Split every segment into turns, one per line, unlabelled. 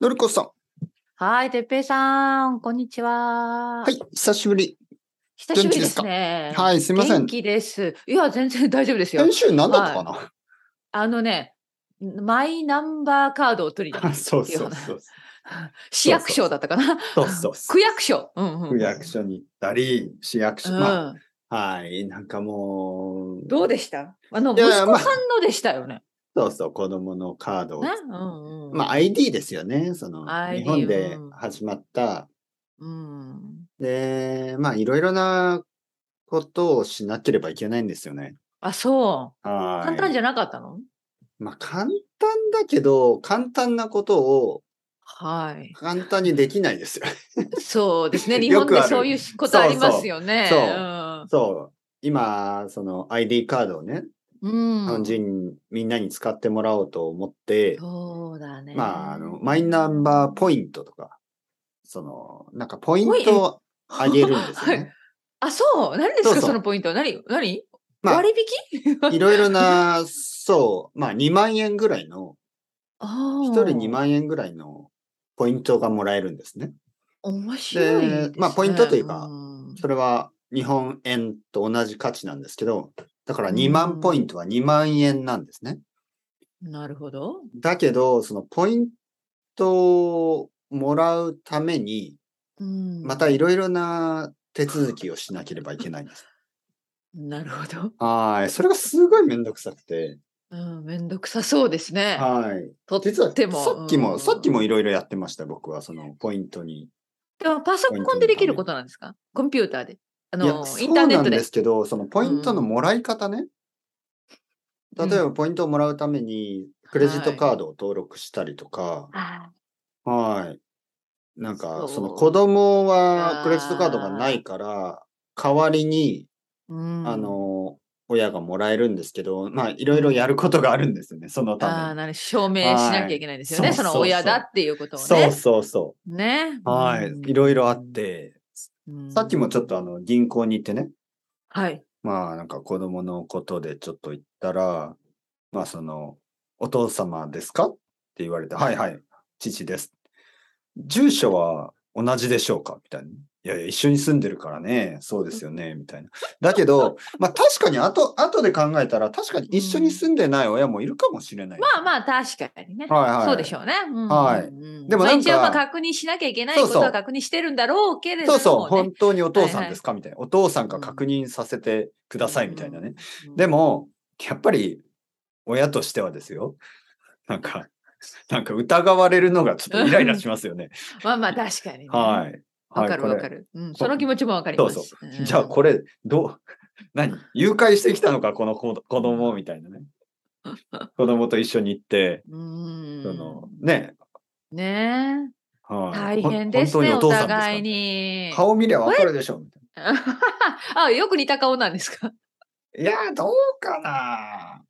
のりこさん。
はい、てっぺいさん、こんにちは。
はい、久しぶり。
久しぶりですね。
はい、すみません
元。気です。いや、全然大丈夫ですよ
先。週何だったかな、
あのね、マイナンバーカードを取りに行く
そう
そう
そう。
市役所だったかな
そうそうそ
区役所。うんう
う。
ん
区役所に行ったり、市役所、
うん
まあ、はい、なんかもう、
どうでしたあの、
い
息
やい
子
や
さん
まあ
のでしたよね。
そうそう、子供のカードを。
ねうんうん。
まあ、ID ですよね。その、
ID
日本で
うん
始まった。
うん。
で、まあ、いろいろなことをしなければいけないんですよね。
あ、そう。
はい。
簡単じゃなかったの
まあ、簡単だけど、簡単なことを
はい。
簡単にできないですよ。
そうですね。日
よ
本
くあ
で
る
そういうことありますよね。
そう
う
そう。今、その ID カードをね、
ん
日
うん
本人みんなに使ってもらおうと思って、
そうだね。
まあ、あの、マイナンバーポイントとか、その、なんかポイントをあげるんですよね。
あ、そう。何ですか、
そう
そ
そう
のポイント。何何、
まあ
割引
い ろいろな、そう、まあ2万円ぐらいの、
一
1人2万円ぐらいのポイントがもらえるんですね。
面白いです、ね
で。まあポイントというか
ん
それは日本円と同じ価値なんですけど、だから2
う
万
ん
ポイントは2万円なんですね。
なるほど。
だけど、そのポイントをもらうために、
うん
またいろいろな手続きをしなければいけないんです。
なるほど。
はい。それがすごいめんどくさくて。
うん、めんどくさそうですね。
はい。
とっ
実は、
ても。
さっき
う
も、
ん
さっき。もいろいろやってました、僕は、そのポイントに。
でもパソコンでできることなんですかコンピューターで。あ
い
の
や、そ
イ
う
ンターネ
な
ッ
ん
トで。
ですけど、そのポイントのもらい方ね。
うん
例えば、ポイントをもらうために、クレジットカードを登録したりとか、
あ
はい。なんか、その
そう
子供は
あー
クレジットカードがないから、代わりに、
うん、
あ、の、親がもらえるんですけど、まあ、いろいろやることがあるんですよね、その
あ
た
ー
めに。
なる証明しなきゃいけないですよね。
はい
そ
そうそうそう
の親だっていうことをね。
そうそうそ
ね。
う。はい。
うん
いろいろあっ。て、
うん
さっきもちょっとあの、銀行に行ってね、
はい。
まあ、なんか子供のことでちょっと言ったら、まあ、その、お父様ですかって言われて、はいはい、父です。住所は同じでしょうかみたいな。いやいや、一緒に住んでるからね、そうですよね、みたいな。だけど、まあ確かに後、後で考えたら、確かに一緒に住んでない親もいるかもしれない。
まあまあ確かにね。
はいはい
そうでしょうね。うん
はい
うんうん
でも
まあ
なんか
一応まあ確認しなきゃいけないこと
そうそう
は確認してるんだろうけれども、
そう
ね。
そう、本当にお父さんですかみたいな。お父さんか確認させてください、みたいなね。
うん。
でも、やっぱり、親としてはですよ。 なんか、なんか疑われるのがちょっとイライラしますよ ね。
まあまあ確かにね、
はい。
わかる
はい
わかる。うん。その気持ちもわかり
そう
ます。
そう。
ん
じゃあ、これ、どう、何誘拐してきたのか、 この子子供みたいな ね。子供と一緒に行って、
うん。
その、ね。
ねえ
はい
大変ですね、
ほん本
お
当にお父さんですか
互いに。
顔見りゃわかるでしょ。みたい
あ、よく似た顔なんですか。
ないやー、どうかな。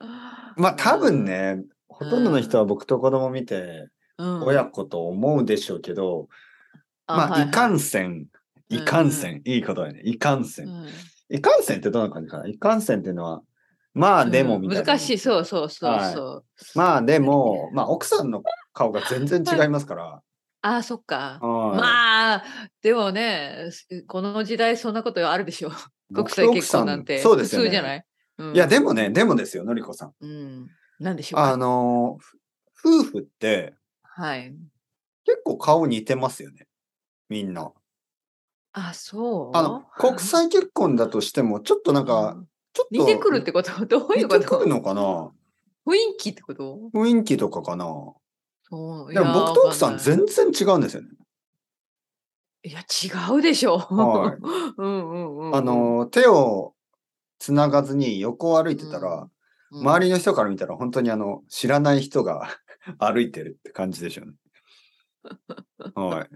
まあ、多分ね、ほとんどの人は僕と子供見て、
うん、
親子と思うでしょうけど、
あ
まあ、、
はいは
かんせん、
うん
いかんせん、いいことだね。いかんせん。
うん
いかんせんってどんな感じかないかんせんっていうのは、まあでもみたいな。
難しい、そうそうそうそう。
まあでも、まあ奥さんの顔が全然違います から。
ああ、そっか。
はい
まあ、でもね、すこの時代そんなことあるで しょ。国
僕と
際
奥
結
さ
婚なんて
そう
普
ですよ、ね。
通じゃない、うん
いや、でもね、でもですよ、のりこさん。
うん。なんでしょう
あ
か。
のー、ふ夫婦って
はい。
結構顔似てますよね。みんな。
あ、そう。
あの、国際結婚だとしても、ちょっとなん
う
か、
ん
ちょっと。
似てくるってことどういうこ
似てくる
と
のかな
雰囲気ってこと
雰囲気とかかな
そうい
でも
や
僕と奥さ
わ
ん
かない
全然違うん ですよね。
いや、違うでしょ。
はい
うんうんうん。
あ、の、手をつながずに横を歩いてたら、周
り。
りの人から見たら本当にあの、知らない人が 歩いてるって感じでしょうね。 はい。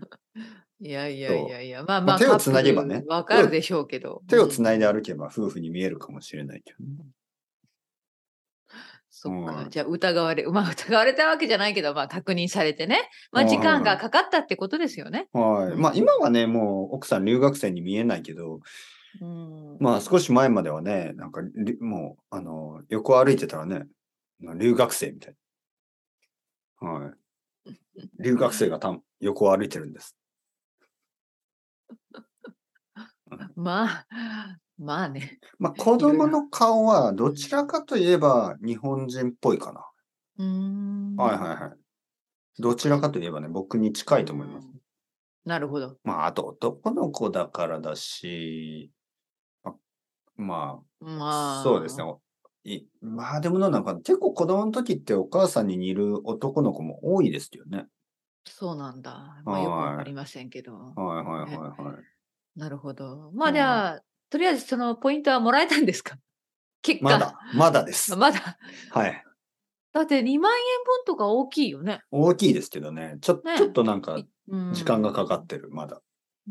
いやいやいやいや、まあ
ま
ま
あ
あ、
手を繋げばね
カップルわかるでしょうけど。
手をつない
で。
で歩けば夫婦に見えるかもしれないけどね。
そっ
う
か
ん。
じゃあ、疑われ、 まあ、疑われたわけじゃないけど、まあ、確認されてね。まあ、
はい
時間がかかったってことですよね。
はい。まあ今はね、もう奥さん留学生に見えないけど、
うん。
まあ少し前まではね、なんかり、もう、あの、横を歩いてたらね、留学生みたいな。はい。 留学生がたん横を歩いてるんです。
まあ、 まあね。
まあ、子供の顔はどちらかといえば日本人っぽいかな。
うーん。
はいはいはい。どちらかといえばね、僕に近いと思います。
うん。なるほど。
まあ、あと男の子だからだし、あま
ま
あ、
あ。
そうですね。。おいまあでもなんか結構子供の時ってお母さんに似る男の子も多いですよね。
そうなんだ。まあ、よくわかりませんけど。
はいはいはいはい。
なるほど。まあ、
うん
じゃあ、とりあえずそのポイントはもらえたんですか結果。
まだ、まだです。
まだ。
はい。
だって2万円分とか大きいよね。
大きいですけどね。ちょ
ね
ちょっとなんか
うん
時間がかかってる、まだ。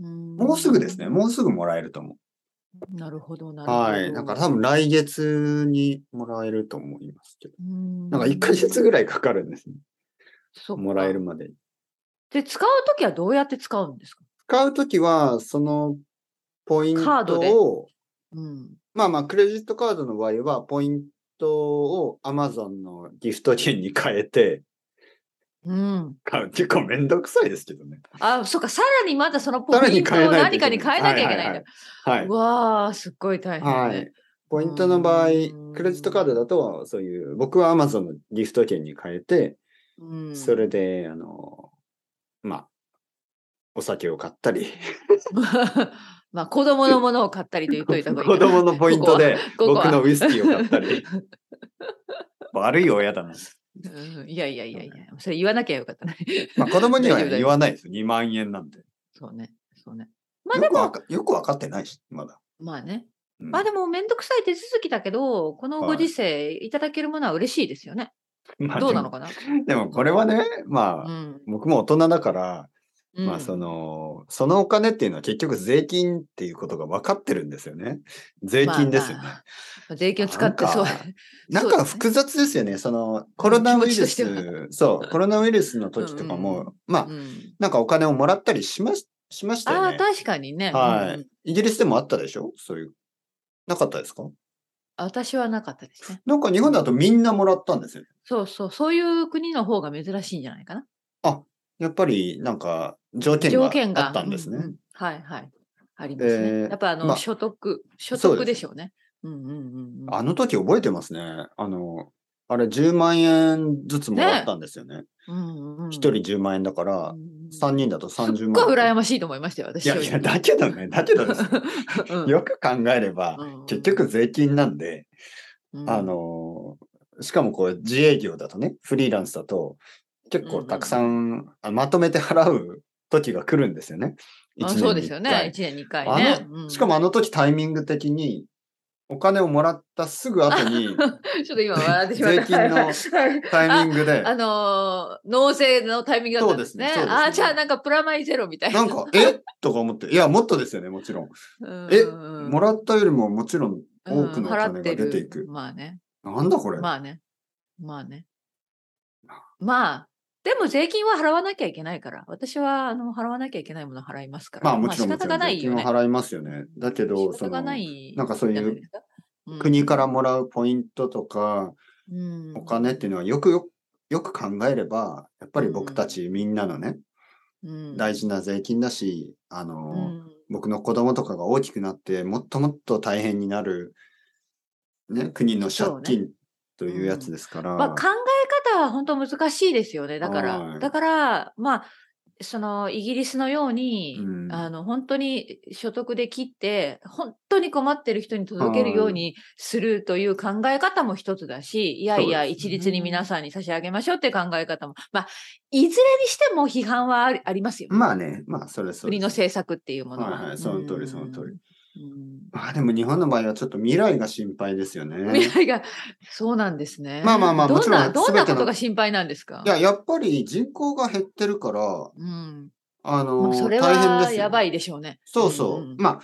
うん
もうすぐですね。もうすぐもらえると思う。
なるほど、なるほど。
はい。だから多分来月にもらえると思いますけど。
うん、
なんか1ヶ月ぐらいかかるんですね。
そっか
もらえる。まで。
で、使うときはどうやって使うんですか
使うときは、そのポイン
カードで
トを、
うん。
まあまあ、クレジットカードの場合は、ポイントを Amazon のギフト券に変えて
うん。
買う。結構めんどくさいですけどね。
あ、そっか、さらにまたそのポ
さら
イ
に
ント
変え
を
ないと
何
いけな
か
い
に変えなきゃいけないんだ。。
はいう
わー、すっごい大変、ね。
はい。ポイントの場合
うん、
クレジットカードだと、そういう、僕は Amazon のギフト券に変えて、
うん、
それで、あの、まあ、お酒を買ったり、
まあ、子供のものを買ったりと言っといた方がいい
子
かな。
供のポイントで
ここは
僕のウイスキーを買ったり。悪い親だ な。
うんいやいやいやいや、それ言わなきゃよかったね。
まあ子供には
大丈夫
言わないです。2万円なんで。
そうね、そうね。まあ
よ
で
くわ
も、
かよくわかってないし、まだ。
まあね、
うん
まあでも、めんどくさい手続きだけど、このご
はい
時世、いただけるものは嬉しいですよね。
まあ
どうなのかな。
でもこれはね、まあ、
うん
僕も大人だから、
うん
まあその、そのお金っていうのは結局税金っていうことが分かってるんですよね。税金ですよね。
まあまあ税金を使って
なん
そう
か。なんか複雑ですよね。そのコロナウイ
気
ル
持ちとして
ス、そう、コロナウイルスの時とか
うんう
も、
ん
まあ、
うん
なんかお金をもらったりしまししました
あ
よ
あ、
ね。
確かにね。
はい
うんうん
イギリスでもあったでしょそういう。なかったですか
私はなかったですね。
なんか日本だとみんなもらったんですよ。
そうそう、そういう国の方が珍しいんじゃないかな。
やっぱりなんか条件
条件
が
が。
あったんですね。
ううはいはい。ありますね。
えー
やっぱあの、
まあ
所得、所
そう
得
で
ですしょうね。うんうんうんうん。
あの時覚えてますね。あの、あれ10万円ずつもらったんですよね。
うんうん、
一、人10万円だから、3人だと
三十
30
万。
万
すっごい羨
円。
ましいと思いましたよ、私。
いやいや、だけどね、だけど ですね
うん
よく考えれば、
うん
結局税金なんで、
うん
あのーしかもこう自営業だとね、フリーランスだと結構たくさん、あまとめて払う時が来るんですよね。一
あ
年に
そうですよ
一
ね。
回
一年に一回ね。うん
しかもあの時タイミング的にお金をもらったすぐ後 に
ちょっと今笑ってしまった。
税金の
はいはい
タイミング で、
あのー納税のタイミングだったんですね。
そうですねそうですね
ああ、じゃあなんかプラマイゼロみたいな。
なんか、えとか思って、いや、もっとですよね、もちろん。
うん
え
うん
もらったよりももちろん多
うん
くのお
払
金
っ
が
てる
出ていく。
まあね。
なんだこれ、
まあね。まあね。まあ、でも税金は払わなきゃいけないから。私はあの払わなきゃいけないもの払いますから。
まあもちろん、
仕方がないよ
も
ね
ち。ろん税金は払いますよね。だけど、
仕
そ
方が
の
ない。
なんかそういう
じゃなですか、うん
国からもらうポイントとか、
うん
お金っていうのはよくよよく考えれば、やっぱり僕たちみんなのね、
うん
大事な税金だし、あの、
うん
僕の子供とかが大きくなって、もっともっと大変になる、ね、国の借金というやつですから。
まあ、考え方は本当難しいですよね。だから、
はい
だから、まあ、そのイギリスのように、
うん
あの本当に所得で切って本当に困ってる人に届けるようにするという考え方も一つだしいやいや
そうですね
一律に皆さんに差し上げましょうっていう考え方もまあいずれにしても批判はありありますよ、ね
まあね、まあそれそう
国
です
の政策っていうものは。
はいはいその通り
うん
その通
うん
まあでも日本の場合はちょっと未来が心配ですよね。
未来が、そうなんですね。
まあまあまあも
ど
ち
ん
ろん
な、どん
全
な
て
こ
の
とが心配なんですか
いや、やっぱり人口が減ってるから、
うん。
あ
ま
の
あ、それ
大変です
は
よ。
やばいでしょうね。
そうそう。
んん
ま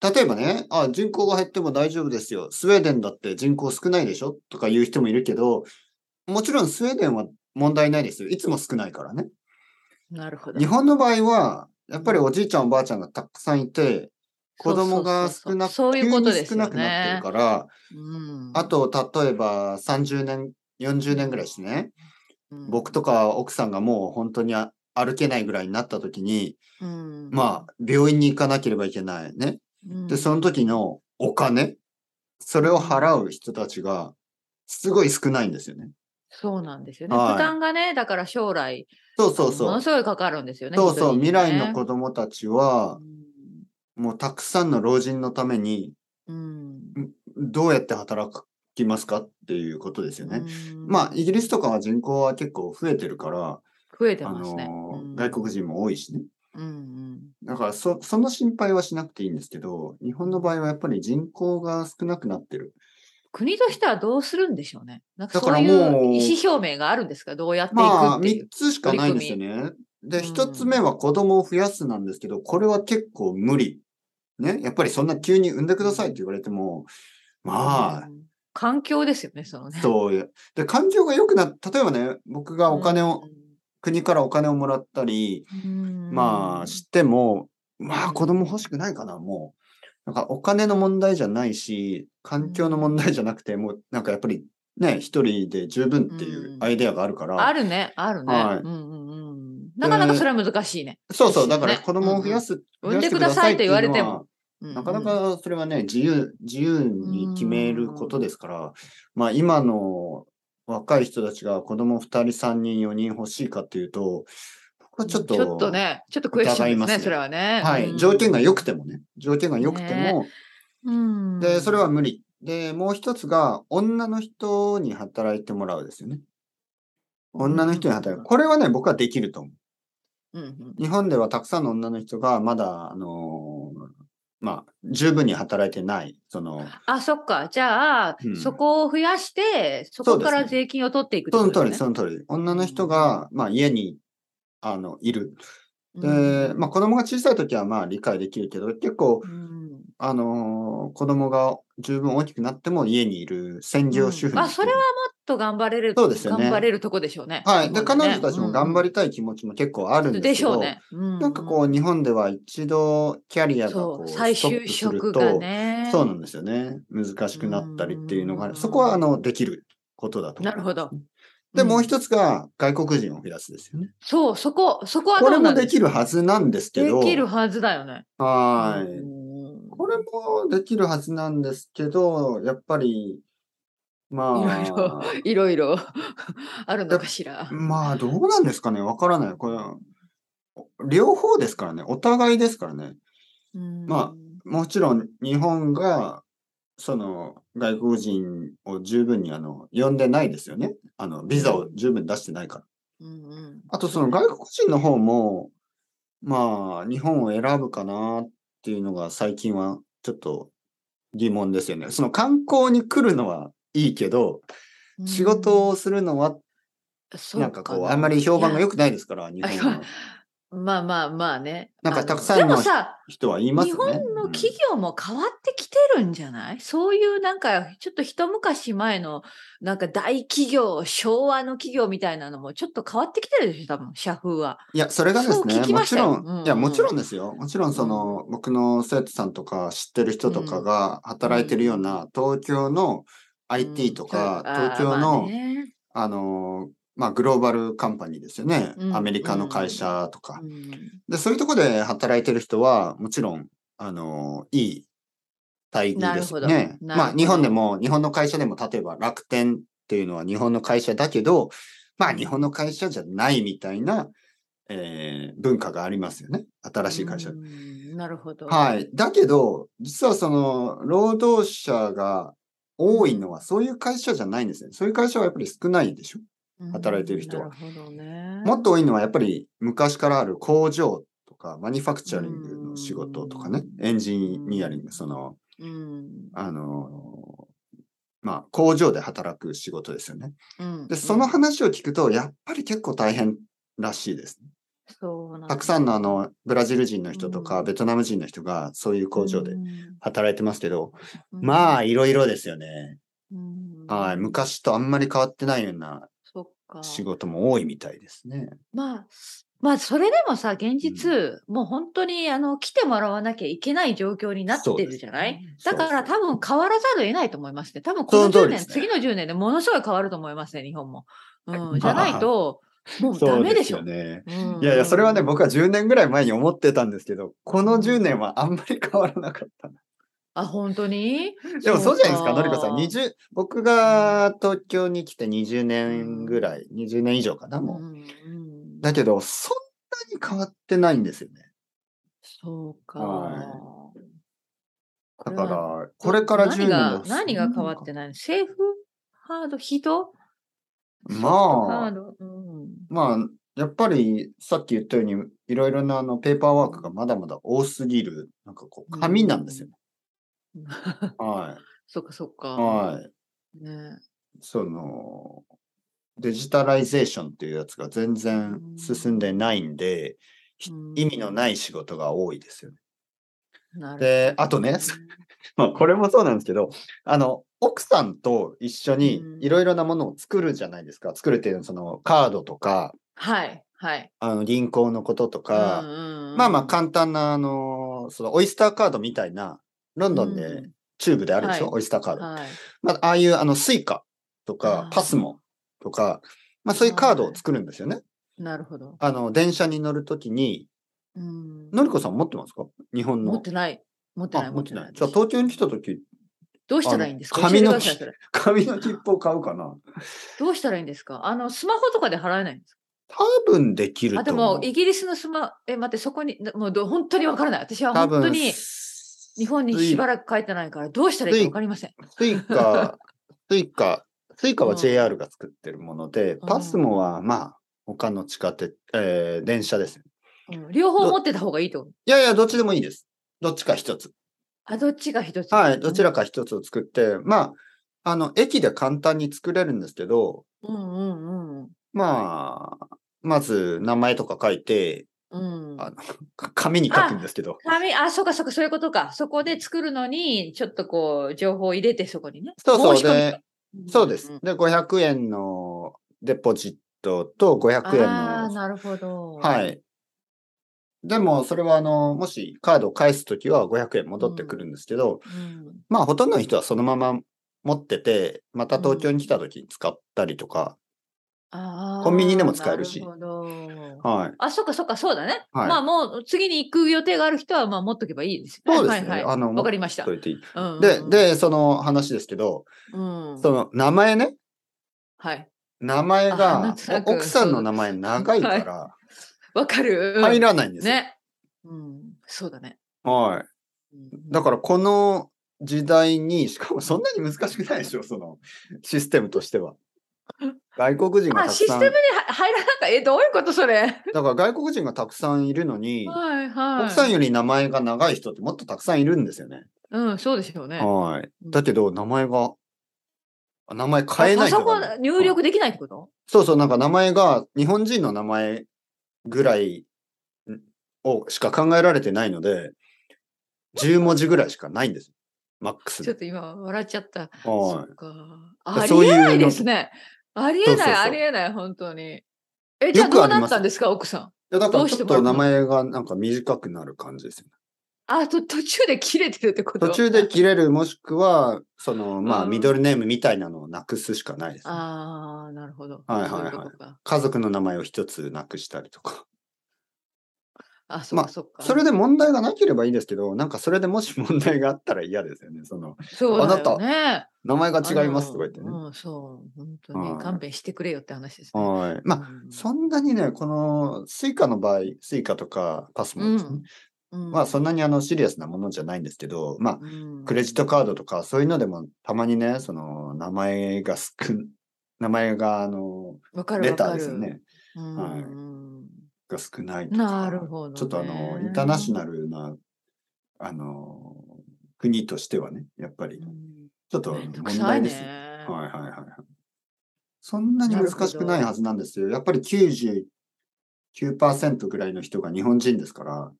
あ、例えばねあ、人口が減っても大丈夫ですよ。スウェーデンだって人口少ないでしょとか言う人もいるけど、もちろんスウェーデンは問題ないですよ。いつも少ないからね。
なるほど。
日本の場合は、やっぱりおじいちゃんおばあちゃんがたくさんいて、子供が
そ
少
うそう
なく、
そうそうそういうこと
急
で
に
す
少
よね
なくなってるから、
うん
あと、例えば30年、40年ぐらいしてね、
うん
僕とか奥さんがもう本当にあ歩けないぐらいになった時に、
うん
まあ、病院に行かなければいけないね。
うん
で、その時のお金、それを払う人たちが、すごい少ないんですよね。
そうなんですよね。
はい
負担がね、だから将来、
そうそう
も
そ
の
う。
すごいかかるんですよね。
そうそう、
一人
未
一人ね
来の子供たちは、もうたくさんの老人のために、
うん。
どうやって働きますかっていうことですよ
うん
ね。まあ、、イギリスとかは人口は結構増えてるから、
増えて
あ
ますね。
の
うん
外国人も多いしね。
うん
だからそ、その心配はしなくていいんですけど、日本の場合はやっぱり人口が少なくなってる。
国としてはどうするんでしょうね。なんか
だか
そう
ら
いう
もう
意思表明があるんですかどうやっていく
まあ、
っていう
3。つしかないんですよね。で、
うん
1つ目は子供を増やすなんですけど、これは結構無理。ね、やっぱりそんな急に産んでくださいって言われても、まあ、
うん環境ですよね、そのね。
そういう。で、環境が良くなっ例えばね、僕がお金を、国からお金をもらったり、
うん、
まあ、しても、まあ、子供欲しくないかな、もう。なんか、お金の問題じゃないし、環境の問題じゃなくて、もう、なんかやっぱり、ね、一人で十分っていうアイデアがあるから、
あるね、あるね。
はい
うんうんうん、なかなかそれは難しいね。
そうそう、だ
ですよね
から子供を増やす、
うんう
増
ん
やしてってうのは
産んでくださいと言われ
なかな
うんうん、
かそれはね、自由、自由に決めることですから、まあ今の若い人たちが子供2人、3人、4人欲しいかっていうと、僕はちょっと、
ちょっとね、ちょっとクエスチョ
疑
ン
い
です
ま
ね、
すね
それはね。
はい、条件が良く
て、
てもね、条件が良くても、
うん
で、それは無理。で、もう一つが、女の人に働いてもらうですよね。女の人に働く。これはね、僕はできると思う。
うんうん
日本ではたくさんの女の人がまだ、あのーまあ、十分に働いてない、その、
あ、そっか。じゃあ、
うん
そこを増やして、そこか
そう
ら
です
税金を取っていくって
そ
こ
の
と
通
で
り、
すね
その通り。女の人が、まあ、家に、あの、いる。で、まあ、子供が小さい時は、まあ、理解できるけど、結構、
うん
あのー子供が十分大きくなっても家にいる専業主婦
うん
の
あ
人
それはもっと頑張れる、
そうですよね
頑張れるとこでしょうね。
はい。で、
日本
彼
ね
女たちも頑張りたい気持ちも結構ある
うんんうん
で
ですし
け
ょ
ど、
うね。な
なんかこう、日本では一度キャリアがこ、
そうう、
ス
再
トップす
就
る
職
と
がね。
そうなんですよね。難しくなったりっていうのがあ
う
る。
ん
そこは、あの、できることだと思い
な
ます
るほど。
で、もう
つ。
一つが外国人を増やすですよね。
そう、そこ、そこは
こ
ど
れ
うな
も
んで
ですきるはずなんですけど。
できるはずだよね。
は
う
い。
ん
これもできるはずなんですけど、やっぱり、ま
いろいろ
あ、
いろいろ あるのかしら。
まあ、どうなんですかね。わからない。これ、両方ですからね。お互いですからね。まもちろん、日本が、その、外国人を十分に、あの、呼んでないですよね。あの、ビザを十分出してないから。
うん、うんうん
あとその外国人の方も、まあ、日本を選ぶかなっていうのが最近はちょっと疑問ですよね。その観光に来るのはいいけど、
うん
仕事をするのは、
そう
なんかこう、あんまり評判が良くないですから、日
や
本の
まあまあまあね。
なんか
あの
たくさんの
でもさ、
人は言います
日
よね。
本の
うん
企業も変わってきてるんじゃない、そういうなんか、ちょっと一昔前の、なんか大企業、昭和の企業みたいなのも、ちょっと変わってきてるでしょ、多分、社風は。
いや、それがです
そう
ね、
聞き
も
まし
ち
たよ
ろん、いや、
うん
もちろんですよ。もちろん、その、僕の生徒さんとか知ってる人とかが働いてるような、東京の IT とか、
うん
東京の、
あーまあね
あの、まあ、グローバルカンパニーですよね。
うん
アメリカの会社とか、
うん
で、そういうとこで働いてる人は、もちろん、あの、いい待遇ですよ
なる
ね
ほ。どなるほ
まあ、
ど
日本でも、日本の会社でも、例えば楽天っていうのは日本の会社だけど、まあ、日本の会社じゃないみたいな、えー文化がありますよね。新しい会社。
うんなるほど。
はい。だけど、実はその、労働者が多いのは、そういう会社じゃないんですね。そういう会社はやっぱり少ないでしょ。
うん
働いてる人は
なるほどね。
もっと多いのはやっぱり昔からある工場とかマニファクチャリングの仕事とかね、
うん
エンジニアリング、その、
うん、
あのーまあ、工場で働く仕事ですよね。
うん
で、その、話を聞くと、やっぱり結構大変らしいです、
そう
たくさ
ん
んのあの、ブラジル人の人と
う
か、
ん
ベトナム人の人がそういう工場で働いてますけど、ま
ま
あ、いろいろですよね。はい。昔とあんまり変わってないような
そっか
仕事も多いみたいですね。
まあ、まあ、それでもさ、現実、もう本当に、あの、来てもらわなきゃいけない状況になっ
そう
て
です
るじゃない
そう
だから多分変わらざるを得ないと思いますね。多分こ
そ
の
の通
10
りで
年、
すね
次の10年でものすごい変わると思いますね、日本も。うん、じゃないと、もうダ
そう
メで
で
し
す
ょ
よ。ね。
うん
いやいや、それはね、僕は10年ぐらい前に思ってたんですけど、この10年はあんまり変わらなかったな。
あ、本当に
でもそうじゃないですか、
そ
の
うか
りこさん。20、僕が東京に来て20年ぐらい、20年以上かな、もう。
うん
だけど、そんなに変わってないんですよね。
そうか。
はだ
これ
か
は
ら、これから10
何
年
が
だ
何が変わってないの政府ハード人ハー
まあ、
ド、うん、
まあ、やっぱりさっき言ったように、いろいろなあのペーパーワークがまだまだ多すぎる、なんかこう、紙なんですよね。は
そっかそっか。
い。はい。
い。ね、
その、デジタライゼーションっていうやつが全然進んでないんで、意味の
い。
ない仕事が多いですよね。
なるほど
であとねまあ、これもそうなんですけど、あの、奥さんと一緒に
うん
いろいろなものを作るじゃないですか。作るっていうのは、そのカードとか、
はい、はい。
あの銀行のこととか、
うんうんうん
まあまあ簡単な、あの、そのオイスターカードみたいな、ロンドン
う
で
ん
チューブであるでしょ、
はい
オイスターカード。
はい、
まあ、ああいうあのスイカと
あ
か
ー、
パスモとか、まあそういうカードを作るんですよね。
なるほど。
あの、電車に乗るときに、
うん、
のりこさん持ってますか日本の。
持ってない。持ってない。
あ、持ってない。じゃあ東京に来たとき、
どうしたらいいんですか
あの
教
紙
えてく
の
ださいそれ
紙の切符を買うかな
どうしたらいいんですかあの、スマホとかで払えないんですか
多分できる
あ、で
と思う。
も、イギリスのスマ、え、待って、そこに、なもうど、本当にわからない。私は
多
本
分
当に、日本にしば
ら
らく帰ってないから、どうしたらいいかわかりません。
く。スイ カ、スイカ、スイカ
う
は
ん
JR が作ってるもので、
ん
パスモはまあ、他の地下鉄、えー電車ですね。
うん両方持ってた方がいいと思う。
いやいや、どっちでもいいです。どっちか一つ。
あ、どっちが一つ
はい、どちらか一つを作って、まあ、あの、駅で簡単に作れるんですけど、
うんうんうん。
まあ、まず名前とか書いて、
うん、
あの、か紙に書くんですけど、
紙、あ、そうかそうか、そういうことか。そこで作るのに、ちょっとこう、情報を入れて、そこにね。
そう
申
そ
し
う、
込み
で、そうで
ん
す
ん。
で、500円のデポジットと500
ああ、
円の。
なるほど。
はい。でも、それは、あの、もしカードを返すときは500円戻ってくるんですけど、
うん。
まあ、ほとんどの人はそのまま持ってて、また東京に来たときに使ったりとか、
あー
コンビニでも使えるし
なるほど。
はい。
あ、そっかそっか、そうだね。
はい
まあもう、次に行く予定がある人は、まあ持っとけばいいですよね。
そうですね
はいはい。
あの
わかりました。
と言っていい
うんうん
で
うん、
で、その話ですけど、
うん、
その名前ね、
はい。
名前
あなん
が
とな、く
お奥さんの名前長いから
わかる。うん
入らないんですよ。
ね。うん、そうだね。
はい。だからこの時代に、しかもそんなに難しくないでしょ、そのシステムとしては。外国人が
あ、
たく
シ
さ
ス
ん、
テム
だ
には入らなかった。え、どういうことそれ。はい
から外国人がたくさんいるのに、
はい。
奥さんより名前が長い人ってもっとたくさんいるんですよね。
うん、そうでしょうね。
はい。
うん
だけど、名前が、あ名前変えない人
パソコ
が
ン入力できないってこと
そうそう、なんか名前が、日本人の名前ぐらいんをしか考えられてないので、10文字ぐらいしかないんですよ。マックス
ちょっ
で。
と今笑っちゃった。そ
は
っ
い。
か。
ら
あり
そうい
え
う
ない
の
ですね。ありえ
そう
な
そ
いう
そう
ありえない本当に。えじゃあ
よく
ど
あ
う
ります
なったんですか奥さん。
いやだか
ど
ら
うし
ち
て
ょっ
もら
と
うの
名前がなんか短くなる感じですよね。
あと途中で切れてるってこと。
途中で切れるもしくは、そのまあ
うん
ミドルネームみたいなのをなくすしかないですね。
ああなるほど。
はいはいはい
そううことか
家族の名前を一つなくしたりとか。
あそっ
ま
か
あ
そっか。
それで問題がなければいいですけど、なんかそれでもし問題があったら嫌ですよね。その
そうだよね。
名前が違いますと
あ
か言っ
の
てね。
うんそう本当に
はい
勘弁してくれよって話ですね。
はい。まあ
うん
そんなにね、このスイカの場合、スイカとかパスモですね、
うん
まあそんなにあのシリアスなものじゃないんですけど、まあ
うん
クレジットカードとかそういうのでもたまにね、その名前が少ん、名前があの、
わかる
レ
わ
ター
か
ですよ
る。
ね、
うん
はい
うん
が少ないとか。
なるほどね。
ちょっとあの、インターナショナルな、あの、国としてはね、やっぱり
う、ん
ちょっと
めんどく
問
さい
題で
ね
す。。はいはいはいはい。そんなに難しくないはずなんですよ。やっぱり99%ぐらいの人が日本人ですから、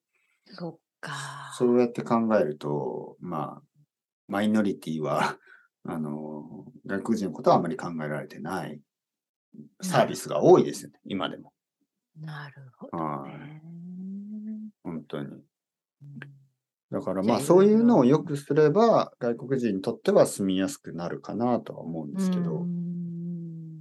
そっか。
そうやって考えると、まあ、マイノリティは、 あの、外国人のことはあまり考えられてないサービスが多いですよね、今でも。
なるほど
はい、。
ね
本当に。
うん
だから
じゃあ
まあ、そういうのを良くすれば、外国人にとっては住みやすくなるかなとは思うんですけ
う
ど、
ん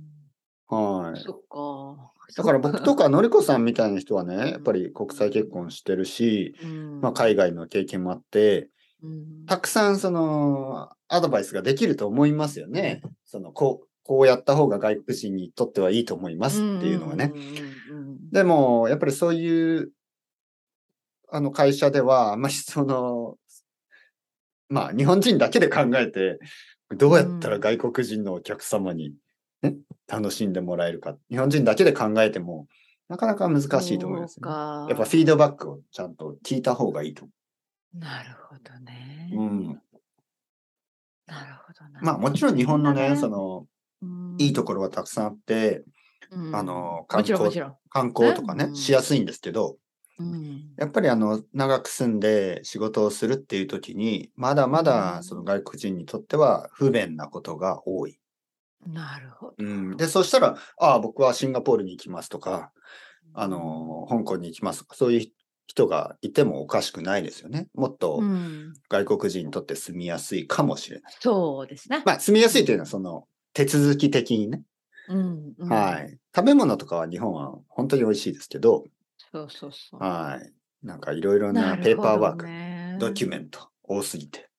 はい。
そっか。
だから僕と
か、
かのりこさんみたいな人はね、やっぱり国際結婚してるし、
うん
まあ、海外の経験もあって、
うん
たくさんそのアドバイスができると思いますよね。そのこうこうやった方が外国人にとってはいいと思いますっていうのがね。
んうんうんうん
でもやっぱりそういうあの会社ではあまりその まあ日本人だけで考えてどうやったら外国人のお客様に、ね、楽しんでもらえるか日本人だけで考えてもなかなか難しいと思います、
そう
ね。
か
やっぱフィードバックをちゃんと聞いた方がいいと
なるほどね。
思う。うん、
なるほどな。
まあもちろん日本の
そうだ
ね
ね
その
うん
いいところはたくさんあって、
うん
あの観
もちろん
光
もちろん。
観光とかね、
うん
しやすいんですけど、
うん
やっぱりあの、長く住んで仕事をするっていう時に、まだま
う
だ
ん
その外国人にとっては不便なことが多い。
なるほど。
うん、で、そしたら、ああ、僕はシンガポールに行きますとか、あの、香港に行きますとか、そういう人がいてもおかしくないですよね。もっと
うん、
外国人にとって住みやすいかもしれない。
そうですね。
まあ、住みやすいというのはその手続き的にね。
うんうん
はい。食べ物とかは日本は本当に美味しいですけど、
そうそうそう。
はい。なんかいろいろ
な
な
る
ペー
ほ
パー
ど
ワーク、
ね
ドキュメント多すぎて。